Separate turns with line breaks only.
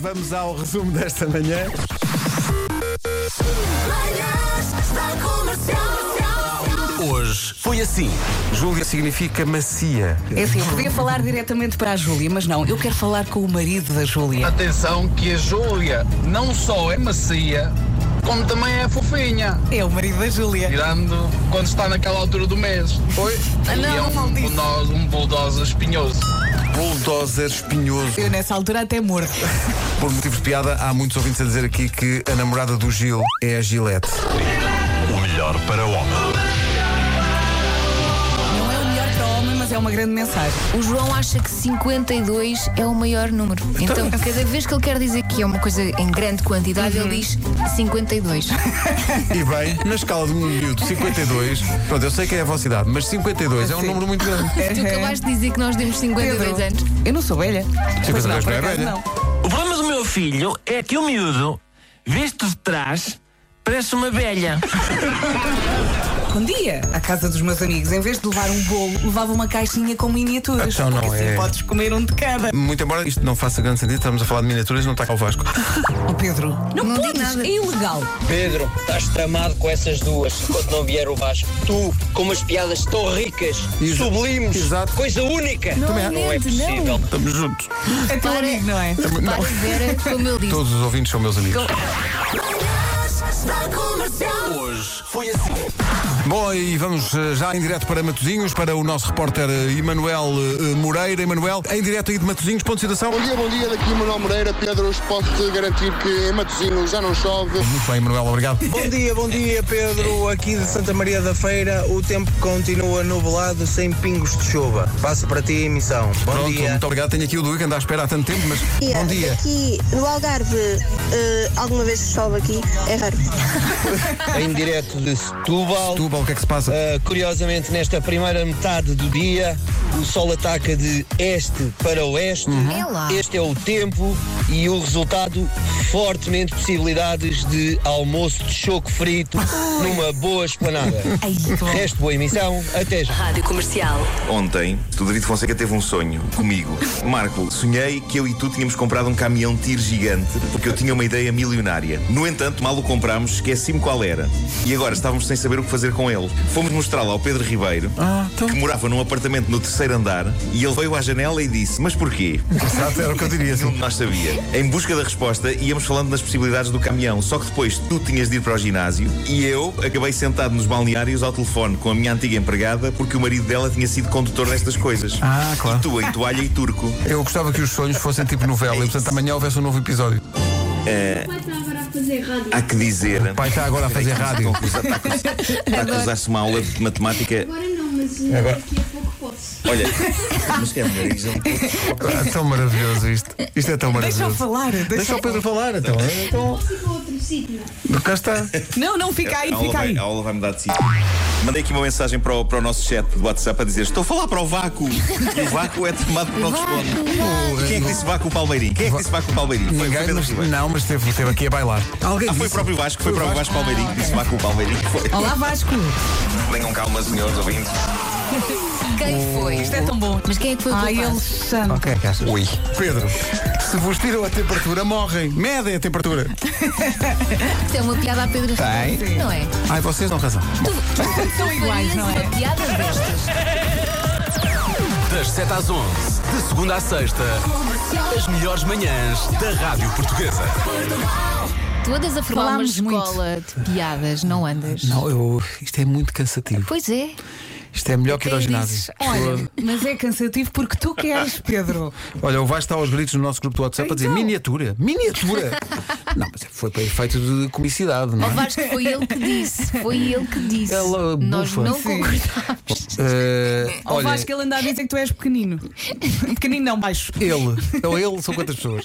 Vamos ao resumo desta manhã.
Hoje foi assim.
Júlia significa macia.
É assim, eu podia falar diretamente para a Júlia, mas não, eu quero falar com o marido da Júlia.
Atenção que a Júlia não só é macia, como também é fofinha.
É o marido da Júlia.
Tirando quando está naquela altura do mês. Foi?
Ah, não,
e é
não falo
um,
disso.
bulldozer, um bulldozer espinhoso.
Bulldozer espinhoso.
Eu nessa altura até morto.
Por motivos de piada, há muitos ouvintes a dizer aqui que a namorada do Gil é a Gilete.
O melhor para o homem.
Não é o melhor para o homem, mas é uma grande mensagem.
O João acha que 52 é o maior número.
é.
Então, cada vez que ele quer dizer que é uma coisa em grande quantidade,
Uhum.
ele diz 52.
E bem, na escala de um miúdo, 52. Pronto, eu sei que é a vossa idade, mas 52 é um
Sim.
número muito grande.
tu acabaste de dizer que nós temos 52
Pedro,
anos.
Eu não sou velha.
52
Pois por
não é
acaso
velha.
O problema do meu filho é que o miúdo, visto de trás, parece uma velha.
Um dia, à casa dos meus amigos, em vez de levar um bolo, levava uma caixinha com miniaturas.
Então não
porque
é.
assim podes comer um de cada.
Muito embora isto não faça grande sentido, estamos a falar de miniaturas, não está cá o Vasco.
Ó Pedro, não,
diga
podes,
nada.
é ilegal.
Pedro, estás tramado com essas duas enquanto não vier o Vasco. Tu, com umas piadas tão ricas,
Exa-
sublimes,
exato.
coisa única.
Não
não, é
mente, não.
possível.
Estamos juntos.
É teu
Para.
amigo, não é?
Repara, Vera, como eu disse.
Todos os ouvintes são meus amigos.
Hoje foi assim.
Bom, e vamos eh, já em direto para Matozinhos, para o nosso repórter eh, Emanuel eh, Moreira. Emanuel, em direto aí de Matozinhos, ponto de situação.
Bom dia, bom dia, daqui Manuel Moreira. Pedro, posso-te garantir que em Matosinhos já não chove.
Muito bem, Emanuel, obrigado.
Bom dia, bom dia, Pedro. Aqui de Santa Maria da Feira, o tempo continua nublado, sem pingos de chuva. Passo para ti a emissão. Bom
Pronto,
dia.
muito obrigado. Tenho aqui o Duque, anda à espera há tanto tempo, mas bom dia.
Aqui no Algarve, eh, alguma vez chove aqui? É raro.
Em direto de Setúbal.
Setúbal, o que é que se passa?
Uh, curiosamente, nesta primeira metade do dia, o sol ataca de este para oeste.
É lá.
Este é o tempo e o resultado, fortemente possibilidades de almoço de choco frito numa boa esplanada. Resto boa emissão, até já.
Ontem, o David Fonseca teve um sonho comigo. Marco, sonhei que eu e tu tínhamos comprado um caminhão de tiro gigante porque eu tinha uma ideia milionária. No entanto, mal o comprámos, esqueci-me qual era. E agora estávamos sem saber o que fazer com ele. Fomos mostrá-lo ao Pedro Ribeiro, que morava num apartamento no terceiro andar, e ele veio à janela e disse: Mas porquê?
Exato, era o que eu diria.
Nenhum
sim.
de nós sabia. Em busca da resposta, íamos falando das possibilidades do caminhão, só que depois tu tinhas de ir para o ginásio e eu acabei sentado nos balneários ao telefone com a minha antiga empregada porque o marido dela tinha sido condutor destas coisas.
Ah, claro.
E tu em toalha e turco.
Eu gostava que os sonhos fossem tipo novela e, portanto, amanhã houvesse um novo episódio.
Ah.
Há que dizer.
O pai está agora a fazer rádio.
Está a usar-se uma aula de matemática. Olha, mas que é melhor isso?
É tão maravilhoso isto. Isto é tão
Deixa eu
maravilhoso.
falar.
Deixa o Pedro falar, então. então. Cá está.
Não, não, fica aí,
A aula,
fica aí.
vai, a aula vai mudar de sítio. Mandei aqui uma mensagem para o, para o nosso chat do WhatsApp a dizer: Estou a falar para o vácuo. E o vácuo é tomado por não responde. Quem é que disse vácuo Palmeirinho? Quem é que disse vácuo Palmeirinho? Foi o
Ninguém,
Pedro
mas,
Ribeiro.
não, mas teve, teve aqui a bailar. Alguém
Ah, foi o
disse.
próprio Vasco, foi o próprio Vasco Palmeirinho que disse vácuo Palmeirinho. Foi.
Olá, Vasco.
Tenham calma, senhores ouvintes.
Quem foi?
Isto é tão bom.
Mas quem é que foi o
Ai,
culpado?
Alexandre.
Ok, cá está. Pedro, se vos tiram a temperatura, morrem. Medem a temperatura.
Isto é uma piada a Pedro Ribeiro, Não é?
Ai, vocês não razão.
São
Ah.
iguais, não é?
Uma piada destas.
Das 7 às 11, de segunda à sexta, as melhores manhãs da Rádio Portuguesa.
Tu andas a formar uma
Falámos muito.
escola de piadas, não andas?
Não, eu, isto é muito cansativo.
Pois é.
Isto é melhor que ir ao
Quem
ginásio.
dizes,
Olha, mas é cansativo porque tu queres, Pedro.
Olha, o Vasco está aos gritos no nosso grupo do WhatsApp a dizer
Então.
miniatura, miniatura. não, mas é, foi para efeito de comicidade, não
Ó
é?
Vasco, foi ele que disse. Foi ele que disse.
Ela
Nós
bufa.
não
Sim.
concordávamos.
Eh,
Ou
olha,
vais que ele anda a dizer que tu és pequenino. pequenino não, baixo.
ele, ou ele, são quantas pessoas?